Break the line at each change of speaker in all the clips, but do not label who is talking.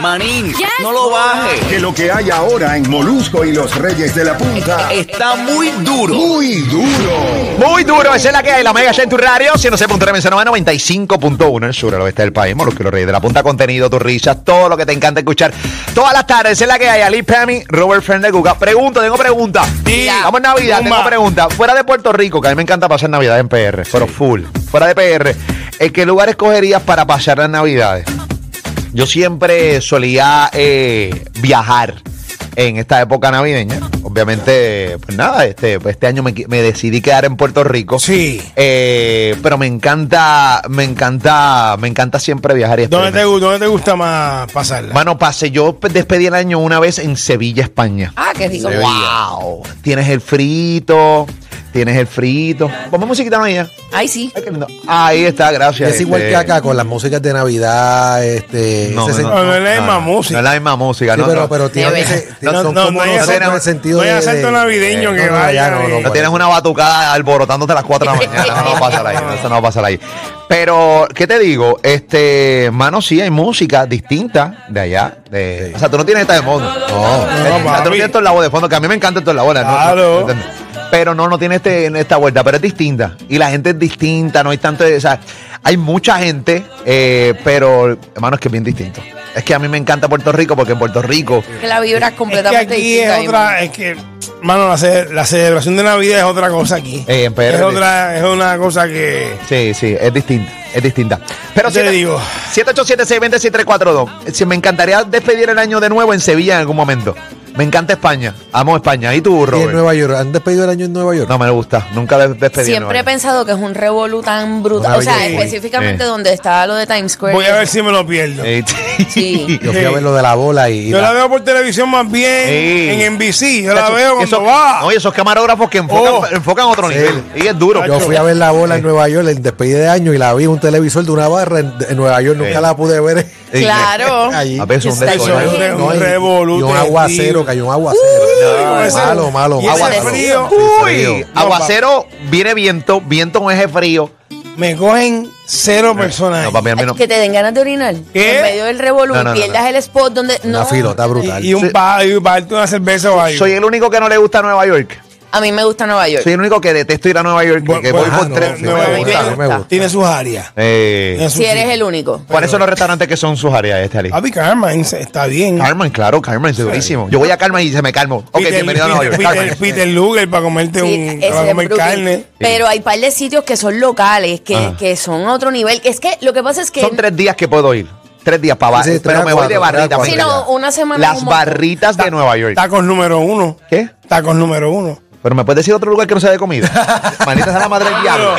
Manín, no lo baje.
Que lo que hay ahora en Molusco y los Reyes de la Punta.
Eh,
Está muy duro.
Muy duro.
Muy duro, esa es la que hay, la Mega está en tu radio, 106.3 Mencionaba 95.1 en el sur, al oeste del país, Molusco y los Reyes de la Punta, contenido, tus risas, todo lo que te encanta escuchar. Todas las tardes, esa es la que hay, Ali Pami, Robert Fernández Guga. Pregunta, tengo pregunta. Vamos en Navidad, tengo pregunta. Fuera de Puerto Rico, que a mí me encanta pasar Navidad en PR, pero full. Fuera de PR, ¿en qué lugar escogerías para pasar las Navidades? Yo siempre solía eh, viajar en esta época navideña. Obviamente, pues nada, este, este año me, qui- me decidí quedar en Puerto Rico.
Sí.
Eh, pero me encanta, me encanta, me encanta siempre viajar y
¿Dónde te,
experimentar.
gu- dónde te gusta más pasarla?
Mano, pase, yo pe- despedí el año una vez en Sevilla, España.
Ah, qué rico.
¡Wow! Tienes el frito, tienes el frito. Ponme musiquita, no ya.
Ay, sí.
Ahí está, gracias.
Es igual
este.
que acá con las músicas de Navidad, este.
No,
ese
no,
sen-
No, no es la misma
No
música.
es la misma música,
Sí,
¿no?
pero,
no.
pero tiene
De
que ser-
verdad.
tiene-
No,
son
no,
como
no hay
nosotros
acento-
en el sentido
no hay
de-
acento
de-
navideño
no,
que
no, allá
vaya
no,
de-
no,
No pues. tienes una batucada alborotándote a las 4 de la mañana. No, no pasa ahí. no, Eso no va a pasar ahí. Pero, ¿qué te digo? Este, mano, sí, hay música distinta de allá. de- O sea, tú no tienes esta de fondo. No,
no,
O sea, tú no
papi.
tienes estos labos de fondo, que a mí me encanta estos labos. ¿no?
Claro.
¿Entiendes? Pero no, no tiene este, en esta vuelta, pero es distinta. Y la gente es distinta, no hay tanto. O sea, hay mucha gente, eh, pero, hermano, es que es bien distinto. Es que a mí me encanta Puerto Rico porque en Puerto Rico.
Que la vibra es
Es que
completamente
aquí es
distinta.
otra, es que, mano, la, ce- la celebración de Navidad es otra cosa aquí.
Eh, en PR.
es otra, es una cosa que.
Sí, sí, es distinta, es distinta. Pero
Te digo.
787-620-6342. Si me encantaría despedir el año de nuevo en Sevilla en algún momento. Me encanta España, amo España. ¿Y tú,
Y en
Robert?
Nueva York. ¿Han despedido el año en Nueva York?
No me gusta, nunca de- despedí. en
Siempre he
Nueva York.
pensado que es un revolú tan brutal.
Una
O sea,
belleza.
específicamente
Sí.
donde está lo de Times Square.
Eh. Voy a ver si me lo pierdo.
Eh,
Sí.
Yo fui a ver lo de la bola y. y
Yo la
la-
veo por televisión más bien
Sí.
en NBC. Yo la
Tacho,
veo
esos-
cuando va.
No, y esos camarógrafos que enfocan,
Oh.
enfocan otro
Sí.
nivel. Y es duro.
Yo fui a ver la bola en Nueva York, el despedida de año, y la vi en un televisor de una barra en, en Nueva York. Nunca
Sí.
la pude ver
Sí.
Claro.
eh,
allí.
A veces un
Está
descoño.
bien.
Eso es un
y-
revolú,
y un
te
aguacero,
digo.
cayó un aguacero.
con ese-
malo, malo,
y ese
malo.
Aguacero.
frío.
Uy,
Frío.
aguacero, viene viento, viento con eje frío.
Me cogen cero personas.
Eh, No, papi, a mí no.
Que te den ganas de orinar.
¿Qué?
En medio del revolú,
No, no, no,
pierdas el spot donde.
Una
No.
filota brutal.
y, y un pa, y un pa- una cerveza o algo.
Soy el único que no le gusta Nueva York.
A mí me gusta Nueva York.
Soy el único que detesto ir a Nueva York.
Bu-
que
bu-
voy
ajá,
por
Pues, ah, no,
tres.
no
no me
me
gusta.
gusta. gusta.
Tiene sus áreas.
Eh,
Tiene sus-
Si eres el único.
¿Cuáles son los restaurantes que son sus áreas, este, Ali?
Papi, Carmen, está bien.
Carmen, claro, Carmen, es durísimo. Yo voy a Carmen y se me calmo. Ah, Ok,
Peter-
bienvenido a Nueva York.
Peter, Peter,
Carmen.
Peter Luger para comerte
Sí,
un,
ese
para
es
comer
Brooklyn.
carne.
Pero hay par de sitios que son locales, que,
Ah.
que son otro nivel. Es que lo que pasa es que.
Son tres días que puedo ir. Tres días para
Sí,
abajo.
sí, tres
pero
a
me voy de
cuatro, tres
barrita.
a cuatro
Sí,
mira.
no, una semana es
Las
un montón.
barritas de Nueva York.
Tacos número uno.
¿Qué?
Tacos número uno.
Pero me puedes decir otro lugar que no sea de comida. Manitas a la madre del diablo.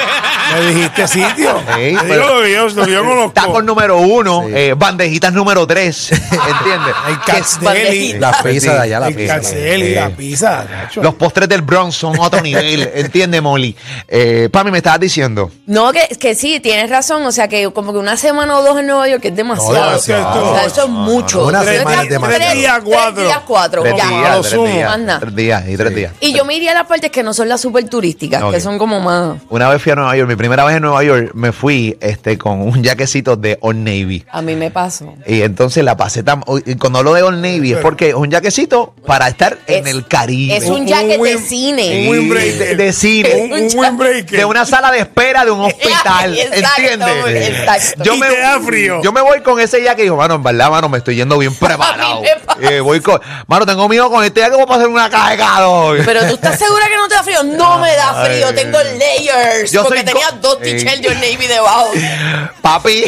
Me dijiste sitio.
Sí,
Te
pero-
digo lo que yo, lo que yo conozco.
Tacos número uno, eh, bandejitas número tres. ¿Entiendes?
El
Que es-
Castelli.
La pizza de allá, la
El
pizza.
Castelli, la pizza. tacho.
los postres del Bronx son otro nivel. ¿Entiendes, Molly? Eh, Pami, me estabas diciendo.
No, que, que sí, tienes razón. O sea, que como que una semana o dos en Nueva York es demasiado.
No, demasiado.
O sea, eso es mucho.
Una
Yo
semana
creo que
es demasiado.
tres-
Tres días, cuatro.
Tres días, cuatro.
Tres
ya.
a
días,
lo
tres
sumo.
días.
Anda.
Tres días y tres días.
Y yo me iría a las partes que no son las súper turísticas,
Ok.
que son como más.
Una vez fui a Nueva York, mi primera vez en Nueva York, me fui este, con un jaquecito de Old Navy.
A mí me pasó.
Y entonces la pasé tan... o- y Cuando hablo de Old Navy es porque es un jaquecito para estar en
Es-
el Caribe.
Es un
Un
jacket de
buen-
Sí,
cine.
un break
de,
de-
de
Un,
cine.
un buen break.
De una sala de espera de un hospital.
Exacto,
¿Entiendes?
exacto.
Y te da frío.
Yo me voy con ese jaque y digo, mano, en verdad, mano, me estoy yendo bien
A
preparado.
mí me pasa.
Eh, voy con... Mano, tengo miedo con este jaque, voy a pasar una cagada hoy.
Pero tú estás segura que no te da frío. No me da frío,
Ay.
tengo layers.
Yo
porque
soy
tenía
co-
dos
Ey.
t-shirts de Old Navy debajo.
Papi...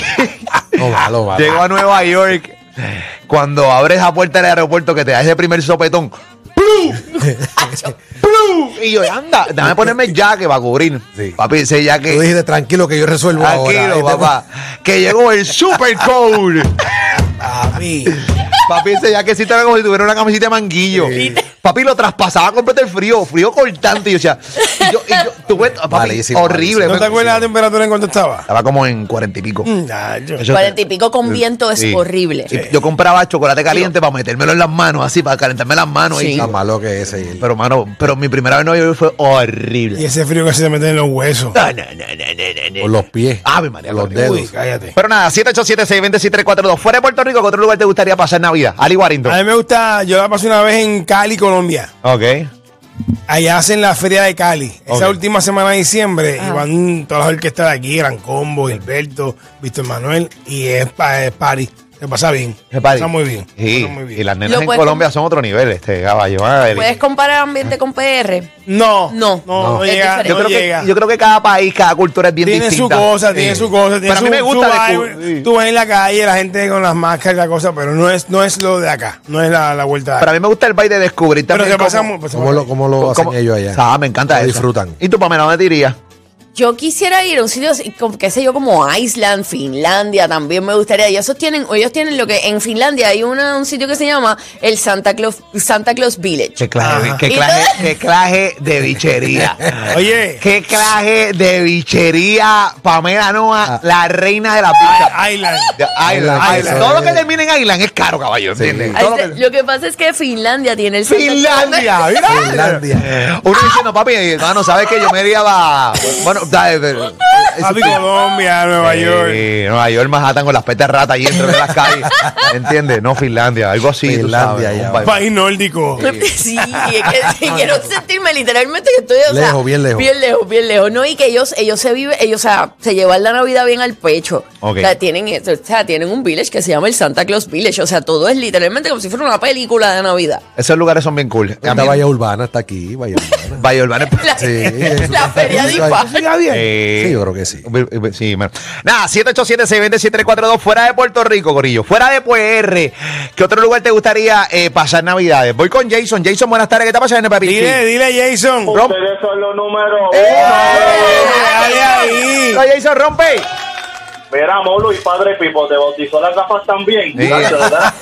No, malo, malo.
Llego a Nueva York. Cuando abres la puerta del aeropuerto que te da ese primer sopetón. ¡Plu! ¡Plu! Y yo, anda, déjame ponerme el jaque para cubrir.
Sí.
Papi, ese
Tú
jaque.
dijiste, tranquilo, que yo resuelvo ahora.
Tranquilo,
Este-
papá. Que llegó el super cold.
Papi.
papi, ese jaquecito era como si tuviera una camisita de manguillo. Papi lo traspasaba completo el frío, frío cortante. Y yo decía, y yo, y yo, tú ves, papi,
Malísimo,
horrible.
¿No te acuerdas la temperatura en cuanto estaba?
Estaba como en cuarenta y pico.
Mm, nah, yo-
Eso-
Cuarenta y pico con viento es
Sí.
horrible.
Sí, Yo compraba chocolate caliente para metérmelo en las manos, así, para calentarme las manos.
Sí.
Y, Ah,
Tan malo que es eh. ese.
pero, mano, pero mi primera vez no yo fue horrible.
Y ese frío que se te mete en los huesos.
No, no, no, no, no, no, no.
Por los pies.
Ave María,
Los
horrible.
dedos.
Uy, cállate.
Pero nada, 787-620-6342. Fuera de Puerto Rico, ¿qué otro lugar te gustaría pasar Navidad? Ali Warrington.
A mí me gusta, yo la pasé una vez en Cali, Colombia.
Ok.
Allá hacen la feria de Cali. Esa
Ok.
última semana de diciembre
Ah.
y van todas las orquestas de aquí, Gran Combo, Gilberto, Víctor Manuel, y es, pa, es party. Se pasa bien. Se pasa muy bien. se
Sí,
pasa muy bien.
y las
Lo
nenas en
puedes-
Colombia son otro nivel, este caballo. Ah, el-
¿Puedes comparar ambiente con PR?
No,
No.
no, no,
No. Es
llega.
diferente.
yo,
no
creo
llega.
que, yo creo que cada país, cada cultura es bien
tiene
distinta.
su cosa,
Sí.
tiene su cosa.
Pero
Tiene
a mí
su-
me gusta.
su
de
vibe.
cu-
Tú ves en la calle la gente con las máscaras, la cosa, pero no es, no es lo de acá. No es la, la vuelta de
Pero a
acá.
mí me gusta el baile de descubrir
Pero
también.
se
cómo-
pasa mu- pues se
¿Cómo
pasa
lo, cómo lo hacen
cómo-
ellos allá?
Ah, me encanta
Lo
eso.
disfrutan.
¿Y tú, Pamela, dónde te irías?
Yo quisiera ir a un sitio, así, como, qué sé yo, como Island, Finlandia, también me gustaría. Y esos tienen, o ellos tienen lo que en Finlandia hay una, un sitio que se llama el Santa Claus, Santa Claus Village.
Qué claje,
Ajá.
qué claje, qué claje de bichería.
Oye.
Qué claje de bichería, Pamela
Ah.
Noa, la reina de la pizza.
Island.
De Island,
Island,
Island.
eso
Todo lo que
es.
termina en Island es caro, caballo, ¿entiendes?
Ahí
Todo lo
está-
que-
Lo que pasa es que Finlandia tiene el Santa Claus.
Finlandia, mira.
Finlandia.
Uno diciendo, papi, hermano, ¿sabes que yo me iría a... Bueno, dale, pero-
Papi, Colombia, Nueva
Sí,
York.
Nueva York, Manhattan con las petas de rata allí entre las calles. ¿Entiendes? No, Finlandia, algo así. tú
Finlandia,
sabes,
ya.
un país-
País nórdico.
Sí, es que quiero sentirme literalmente que estoy o sea,
Lejos, bien lejos.
Bien lejos, bien lejos. No, y que ellos, ellos se viven, ellos, o sea, se llevan la Navidad bien al pecho.
Ok.
O sea, tienen eso, o sea, tienen un village que se llama el Santa Claus Village. O sea, todo es literalmente como si fuera una película de Navidad.
Esos lugares son bien cool. A
Esta
mí-
Bahía Urbana está aquí, Bahía Urbana.
Valle Urbana.
La,
Sí, es
la
una
feria de
feria.
Ifá.
Eh,
Sí, yo creo que sí.
Sí, bueno. Nada, 787-620-7342, fuera de Puerto Rico, Gorillo. Fuera de PR. ¿Qué otro lugar te gustaría eh, pasar Navidades? Voy con Jason. Jason, buenas tardes. ¿Qué está pasando, papi?
Dile,
Sí.
dile, Jason.
Rom- Eh.
Ustedes son los número uno.
Dale ahí.
Oye, Jason, rompe.
Mira, Molo y Padre Pipo, ¿te bautizó las gafas también?
Sí.
Gracias, ¿verdad?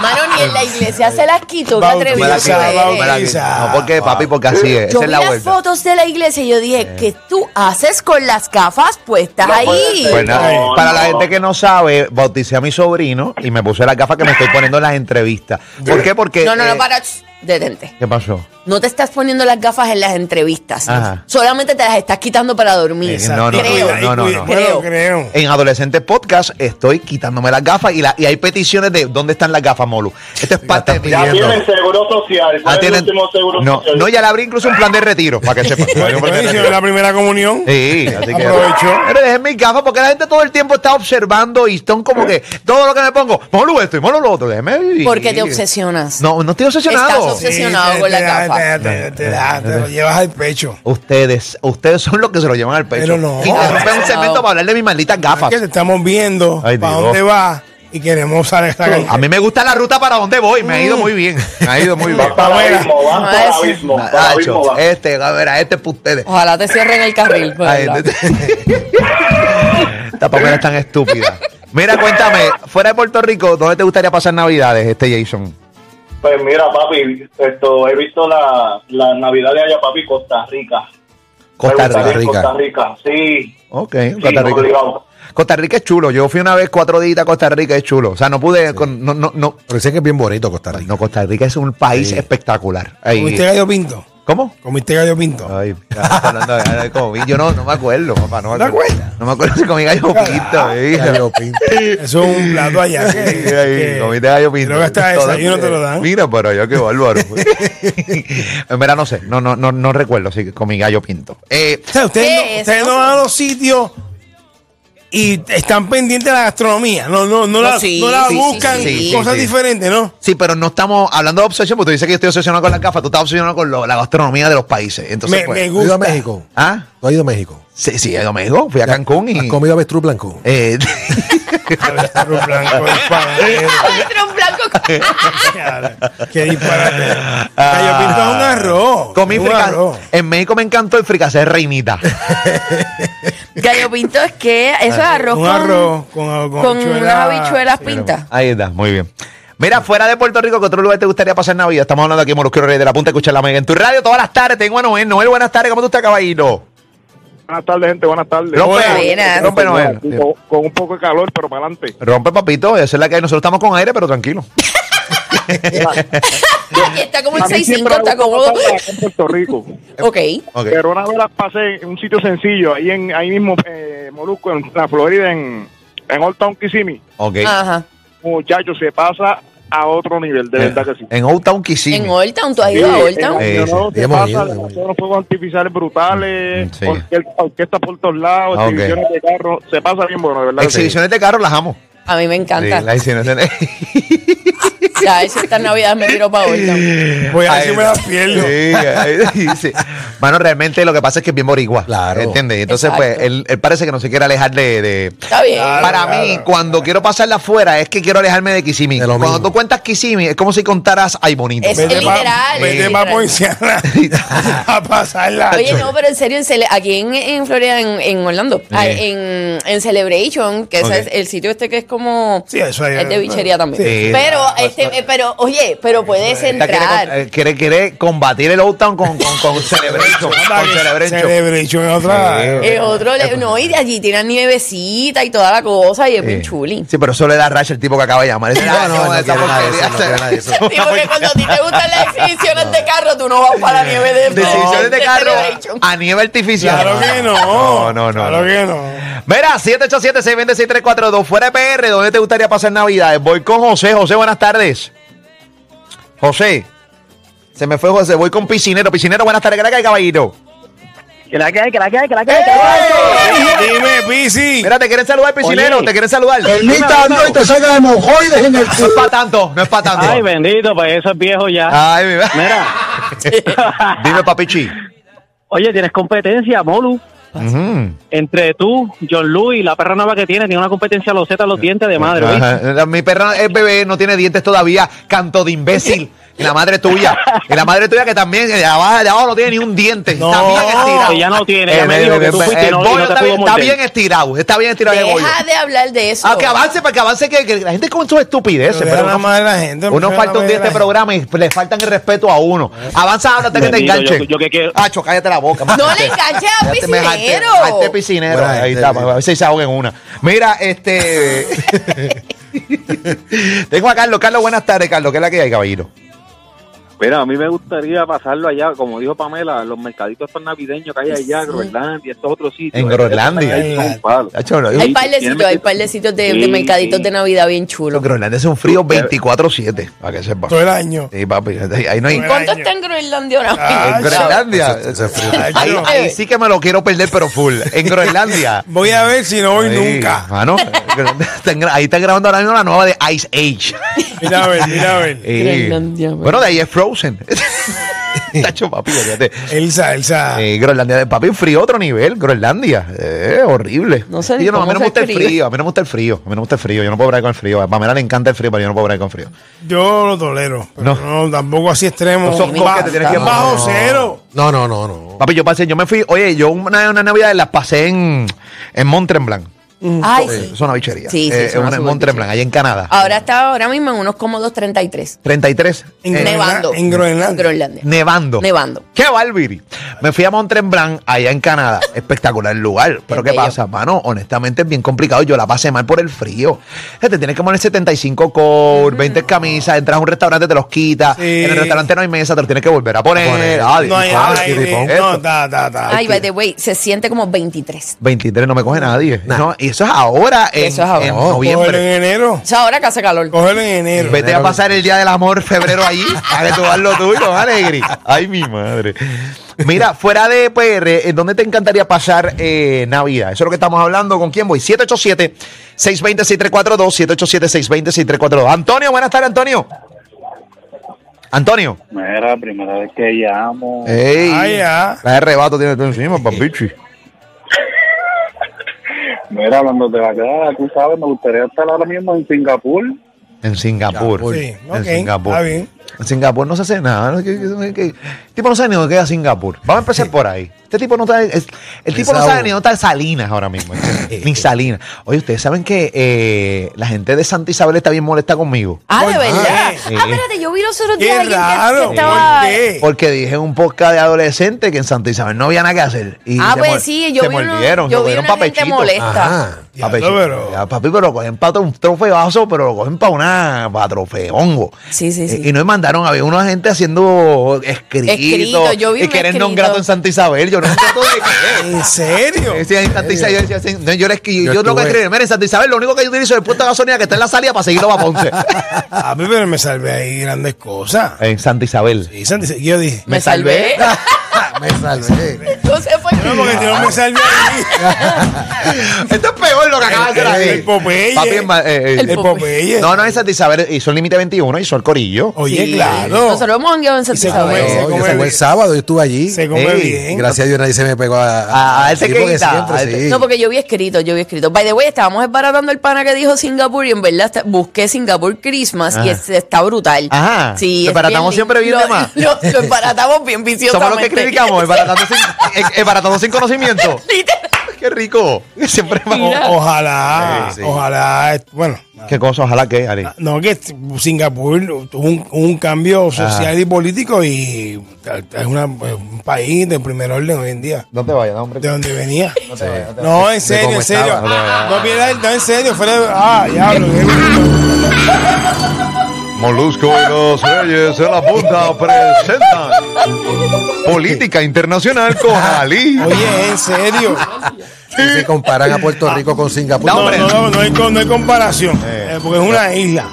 Mano, ni en la iglesia se las quito, qué atrevido
Bautiza,
que eres.
bautiza.
No, porque, papi, porque así es.
Yo
Esa
vi
es la
las
vuelta.
fotos de la iglesia y yo dije, ¿qué tú haces con las gafas puestas
No puede
ahí?
ser.
Pues nada,
No,
para
no.
la gente que no sabe, bauticé a mi sobrino y me puse las gafas que me estoy poniendo en las entrevistas. ¿Por qué? Porque.
no, no,
eh,
no, para. ch, Detente.
¿Qué pasó?
No te estás poniendo las gafas en las entrevistas.
Ajá.
Solamente te las estás quitando para dormir.
Eh, no, no,
Creo.
no, no, no.
Bueno, creo.
En Adolescentes Podcast estoy quitándome las gafas y, la- y hay peticiones de dónde están las gafas, Molu. Esto es parte de mi
Ya tienen seguro social. ¿Cuál
Ah,
es el
tienen-
último seguro
no,
social?
no, ya le abrí incluso un plan de retiro, para que sepa. Hay un plan de
Bueno,
retiro.
hicieron la primera comunión.
Sí, así que.
Aprovechó.
Pero dejé mis gafas porque la gente todo el tiempo está observando y están como que todo lo que me pongo, Molu esto y Molu lo otro, déjeme vivir.
¿Por qué te obsesionas?
No, no estoy
Estás
obsesionado.
obses- obsesionado
te-
con la
te-
capa.
te- te- te da, te lo llevas al pecho.
Ustedes, ustedes son los que se lo llevan al pecho.
Pero no.
Y te rompen un segmento para hablar de mis malditas gafas.
Que te estamos viendo
Ay,
para
Dios.
dónde vas y queremos sacar
A mí me gusta la ruta para donde voy, me ha
Mm.
ido muy bien. Me ha ido muy bien.
Vas para el
Pamela.
abismo, vas para el
Maestro.
abismo. Para el abismo
Nacho,
vas.
este, a ver, a este es para ustedes. este,
Ojalá te cierren el carril. por
Ay,
el lado.
Esta Pamela es tan estúpida. Mira, cuéntame, fuera de Puerto Rico, ¿dónde te gustaría pasar Navidades, este Jason?
Pues mira, papi, esto, he visto la, la Navidad de allá, papi, Costa Rica.
Costa
Me gustaría ir
Rica.
Costa Rica, sí.
Ok,
Sí,
Costa Rica.
obligado.
Costa Rica es chulo. Yo fui una vez cuatro días a Costa Rica, es chulo. O sea, no pude. con- no, no, no.
Pero dicen que es bien bonito Costa Rica.
No, Costa Rica es un país
Sí.
espectacular. Ahí-
¿Comiste gallo pinto?
¿Cómo?
¿Comiste gallo pinto?
Ay, ya, está hablando de- ahora comí. Yo no, no me acuerdo, papá. No me
¿No
acuerdo.
acuerdas?
No me acuerdo si eh. comí gallo pinto, baby.
Gallo pinto.
Eso es un plato allá. que-
Ay, ay,
que-
comiste gallo pinto.
Creo que hasta
Todo-
desayuno te lo dan.
Mira, pero yo qué bárbaro. en verdad no sé, no, no, no, no recuerdo si comí gallo pinto. Eh,
O sea, ustedes
¿Qué
no,
es?
ustedes no van a los sitios y están pendientes de la gastronomía. No, no, no, la,
sí,
no la
sí,
buscan
sí, sí,
cosas
sí.
diferentes, ¿no?
sí, pero no estamos hablando de obsesión, porque tú dices que yo estoy obsesionado con las gafas, tú estás obsesionado con lo- la gastronomía de los países. Entonces,
Me-
pues,
me
¿Tú has ido a
gusta.
México?
¿Ah?
¿Tú has ido a México?
Sí, sí, a Domingo, fui a Cancún
¿Has
y...
comido avestruz blanco?
eh,
Arroz blanco, disparate.
Pero un blanco con-
Qué disparate.
Ah.
Gallo pinto es un arroz.
Comí
es un
frica-
arroz.
En México me encantó el fricasé de reinita.
Gallo pinto es que eso es arroz
Un
con,
arroz con,
con unas habichuelas pintas.
Ahí está, muy bien. Mira, fuera de Puerto Rico, ¿qué otro lugar te gustaría pasar Navidad? Estamos hablando aquí, Molusquero Rey de la Punta, escuchar la mega en tu radio todas las tardes. Tengo a Noel. Noel, buenas tardes, ¿cómo tú estás, caballito?
Buenas tardes, gente, buenas tardes.
Rompe,
Buenas.
rompe
Bueno,
Noel.
con, con un poco de calor, pero para adelante.
Rompe, papito, esa es la que hay. Nosotros estamos con aire, pero tranquilo.
Aquí está como el
A mí
6-5,
siempre me
está
gusta
como.
pasar acá en Puerto Rico.
Ok.
Ok.
Pero una vez las pasé en un sitio sencillo, ahí en ahí mismo, eh, Molusco, en la Florida, en, en Old Town Kissimmee.
Ok.
Ajá.
Muchachos, se pasa a otro nivel, de verdad que sí.
En Old Town Kissimmee.
En Old Town, ¿tú has ido a
Sí,
Old
en
Town?
eh,
Año
sí,
Nuevo se
hemos
pasa,
ido,
le
hemos
pusieron fuegos artificiales brutales,
Mm, Sí.
orquel- orquesta por todos lados,
Ah, ok.
exhibiciones de carro, se pasa bien bueno, de verdad. que sí.
Exhibiciones de carro las amo.
A mí me
Sí, las
encanta.
exhibiciones-
Ya, eso esta Navidad me tiro para Old Town.
Voy a ver
Ay,
si me la pierdo.
Sí, ay, sí. Mano, realmente lo que pasa es que es bien boricua.
Claro.
¿Entiendes? Y Entonces,
Exacto.
pues, él, él parece que no se quiere alejar de... de-
Está bien.
Claro,
Para
claro.
mí, cuando quiero pasarla afuera, es que quiero alejarme de Kissimmee.
De lo
Cuando
mismo.
tú cuentas Kissimmee, es como si contaras Ay Bonito.
Es-
Vete pa-
literal,
Vete
literal.
para Poinciana a pasarla.
Oye, no, pero en serio, en Cele- aquí en, en Florida, en, en Orlando, ah, en, en Celebration, que ese
Ok.
es el sitio este que es como...
Sí, eso eh, ahí-
es de bichería también.
Sí. Ah,
Pero, este, eh, pero, oye, pero puedes
Esta quiere, con-
entrar.
eh, quiere, quiere combatir el Old Town con, con, con Celebration. con Celebration.
Celebration es otra.
Eh,
Es otro, le- no, y de allí tienen nievecita y toda la cosa, y es bien chuli.
Sí, pero eso le da racha el tipo que acaba de llamar. Ese,
No,
"Ah,
no,
yo
no
esa
quiero nada de
porquería".
eso, no quiero nada de eso.
Digo que cuando a ti te gustan las exhibiciones de carro, tú no vas para la nieve de,
Decisiones de carro
Celebration.
a nieve artificial.
Claro que no.
No, no, no.
Claro
no.
que no.
Mira, 787-626-342, fuera de PR, ¿dónde te gustaría pasar Navidades? Voy con José. José, buenas tardes. José. Se me fue José, voy con Piscinero. Piscinero, buenas tardes, gracias, caballero.
Que la que hay, que la que hay, que la que hay, que la que
Dime, Pisi.
Mira, te quieren saludar, Piscinero,
Oye.
te quieren saludar. No
Permítame y te saca de mojoides en el
es para tanto, no es para tanto.
hay. Ay, bendito, pues eso es viejo ya.
Ay, mi-
Mira,
Dime, papichi.
oye, tienes competencia, Molu.
Ujú.
Entre tú, John Louis, la perra nueva que tiene, tiene una competencia a los Z, los dientes de madre. ¿oíste?
Ajá. La- Mi perra es bebé, no tiene dientes todavía, canto de imbécil. Y la madre tuya. Y la madre tuya que también, eh, de abajo, de abajo no tiene ni un diente. Está bien estirado.
Que ya no tiene,
Eh,
ya me dijo que tú
eh,
fuiste y
el
no, y no
bollo
te
está,
pudo
bien, está
morder.
bien estirado, está bien estirado el bollo.
Deja de hablar de eso.
Ah, que avance, para que avance, que, que la gente con sus estupideces.
Pero
Pero
deja la
uno,
madre de la gente,
uno
deja la
falta un
madre
día a
de
este
la
programa y le faltan el respeto a uno. Avanza ahora hasta que te
Bendito, yo-
enganchen.
yo que quiero-
Acho, cállate la boca.
No le enganches a
Déjate, me jalté,
piscinero.
jalté piscinero.
Buena
Ahí
gente,
está,
sí.
a ver si se ahoga en una. Mira, este. Tengo a Carlos. Carlos, buenas tardes, Carlos. ¿Qué es la que hay, caballero?
Mira, a mí me gustaría pasarlo allá, como dijo Pamela, los mercaditos estos navideños que hay allá, Groenlandia, estos otros sitios.
En Groenlandia.
Ahí son un palo.
Acho, no, yo-
Hay par de sitios, hay par de sitios de, de
Sí,
mercaditos
sí.
de Navidad bien
Los
chulos.
Groenlandia es un frío 24-7, para que sepa.
Todo el año.
Sí, papi, ahí ahí no hay.
Todo el
¿Cuánto
año.
está en Groenlandia ahora?
Ah,
En Groenlandia.
Eso- eso es frío.
Ahí, ahí sí que me lo quiero perder, pero full. En Groenlandia.
Voy a ver si no voy
Ahí,
nunca.
mano, están gra- ahí están grabando ahora mismo la nueva de Ice Age.
Mira a ver, mira a ver.
Eh,
Groenlandia, mano.
bueno, de ahí es Frozen. Tacho, papi, olvídate.
Elsa, Elsa.
Eh, Groenlandia de papi, frío a otro nivel. Groenlandia, eh, horrible.
No sé
Y yo no, a mí
cómo
no me
se
gusta el
escribe.
frío, a mí no me gusta el frío, a mí no me gusta el frío, yo no puedo hablar con el frío. A Pamela le encanta el frío, pero yo no puedo hablar con el frío.
Yo lo tolero. Pero no. tampoco así extremo.
No son
Ba-
cosas que te tienes que-
bajo
No.
cero.
No, no, no, no.
Papi, yo pasé, yo me fui, oye, yo una, una Navidad las pasé en, en Mont Tremblant.
Ay,
Eh,
sí.
Es una bichería.
Sí, sí,
Eh,
es una Ah.
en
súper
Mont Tremblant, allá en Canadá.
Ahora está ahora mismo en unos cómodos 33.
33.
En
eh,
Groenlandia.
Nevando.
en Groenlandia.
Groenlandia.
Nevando.
Nevando.
¡Qué bárbaro! Me fui a Mont Tremblant, allá en Canadá. Espectacular lugar. Pero
Es
¿qué
bello.
pasa, mano? Honestamente es bien complicado. Yo la pasé mal por el frío. O sea, Te tienes que poner 75 col, 20 camisas, entras a un restaurante, te los quitas.
Sí.
En el restaurante no hay mesa, te los tienes que volver a poner.
poner.
Ay,
No hay
padre,
aire.
esto.
No, ta, ta, ta.
Ay, by the way, se siente como 23.
23 no me coge nadie. No, y eso es ahora en,
Eso es ahora.
en
Cógelo
Cógelo en
noviembre.
enero.
O sea, ahora que hace calor.
Cógelo en enero.
Vete a pasar el día del amor febrero allí a que tú hagas lo tuyo, alegre. Ay, mi madre. Mira, fuera de PR, ¿en dónde te encantaría pasar eh, Navidad? Eso es lo que estamos hablando. ¿Con quién voy? 787 620 6342 787 620 6342 Antonio, buenas tardes, Antonio. Antonio.
Mira, primera vez que llamo.
Ey.
Ay, ya.
La de rebato tiene tú encima, papichi.
Mira, hablando de acá, tú sabes, me gustaría estar ahora mismo en Singapur.
En Singapur.
Sí,
en
ok,
Singapur.
está bien.
En Singapur no se hace nada. ¿no? ¿Qué- qué- qué- qué? El tipo no sabe ni dónde queda Singapur. Vamos a empezar por ahí. Este tipo no está. es- el tipo no
Exacto.
sabe ni dónde está Salinas ahora mismo. ¿entiendes? ni Salinas. Oye, ustedes saben que eh, la gente de Santa Isabel está bien molesta conmigo.
Ah, de
¿Por qué?
verdad.
Sí.
Ah, espérate, yo vi los otros días a
Qué
alguien que- que,
raro.
estaba.
¿Por qué?
Porque dije en un podcast de adolescente que en Santa Isabel no había nada que hacer. Y
Ah,
se mol-
pues sí, yo
se
vi, una-
mordieron,
yo
se
vi
cogieron
una gente
papechito.
molesta.
Ajá.
Pa'
Diablo,
pecho.
pero-
Ya, papi, pero lo cogen para un trofeazo, pero lo cogen para una, para trofeongo. Eh,
Sí, sí, sí.
Y, y no me mandaron, había una gente haciendo escrito.
Escrito, yo vi
Y
un
que eres
escrito.
non grato en Santa Isabel, yo no grato de qué.
¿En serio?
Yo Decía, en Santa Isabel, yo decía, sí, no, yo, les- yo, tengo
Yo
que
estuve-
escribir, mira, en Santa Isabel lo único que yo utilizo es el puesto de gasolina que está en la salida para seguirlo para Ponce.
Ah, pero me salvé ahí grandes cosas.
en Santa Isabel.
Y Santi dice- yo dije,
Me salvé.
Ah,
Me salvé.
Entonces fue.
no, porque yo no me salvé ahí.
Esto es peor lo que acabas de hacer ahí.
Eh, El Popeye.
Papi, es más, eh, eh,
El Popeye.
No, no, en Santa Isabel hizo el límite 21, hizo el corillo.
Oye,
Sí.
claro.
Nosotros hemos hangueado en Santa
se
Isabel.
come-
No,
come
yo salí
bien.
el sábado, yo estuve allí.
Se come
Ey,
Y
bien.
Gracias a Dios nadie se me pegó a...
A- a ese
sí, porque
que grita,
siempre,
a ese-
sí.
No, porque yo vi escrito, yo vi escrito. By the way, estábamos desbaratando el pana que dijo Singapur y en verdad está- busqué Singapur Christmas y
Ajá.
es- está brutal.
Ajá.
Sí,
Lo
es
embaratamos siempre bien
lo,
de más.
Lo, lo embaratamos bien
Somos
viciosamente.
los que criticamos, embaratando sin, eh, embaratando sin conocimiento. Qué rico. Siempre vamos.
O- ojalá,
Sí, sí.
ojalá, eh, bueno,
Qué cosa, ojalá que, Ari.
no que t- Singapur tuvo un, un cambio
Ah.
social y político y es una- un país de primer orden hoy en día.
No te vayas, no, hombre.
de donde venía. No,
vayas,
en serio,
De cómo
en serio.
estaba, no te
vayas.
No pierdas, el- no, en serio, fuera de- Ah, ya hablo. qué-
Molusco y los Reyes de la Punta presentan Política Internacional con Ali.
Oye, en serio.
Y si comparan a Puerto Rico con Singapur,
No,
No,
hombre.
no, no, no hay, con- no hay comparación.
Eh.
eh, porque es una isla.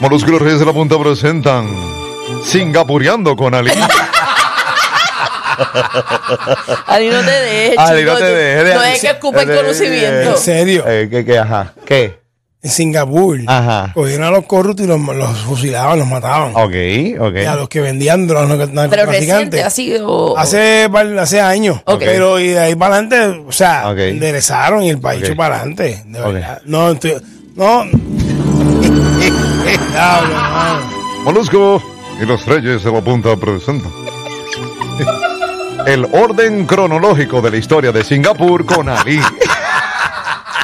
Molusco y los Reyes de la Punta presentan Singapureando con Ali.
Ali, no te dejes,
Ali,
chico,
no te
tú-
dejes de
No
Ali,
es que
sí,
escupa el
eh,
conocimiento.
En serio.
Eh, ¿Qué, qué, ajá? ¿Qué?
En Singapur.
Ajá.
Cogieron a los corruptos y los, los fusilaban, los mataban.
Ok,
Y a
ok.
los que vendían los narco-
Pero reciente ha
narcotraficantes.
sido...
Hace, par- hace años.
Ok.
Pero y de ahí para adelante, o sea,
Ok.
enderezaron y el país
Ok.
echó para adelante. De
Ok.
verdad. No, estoy- no. Diablo, hermano.
Molusco y los Reyes de la Punta presentan El orden cronológico de la historia de Singapur con Ali.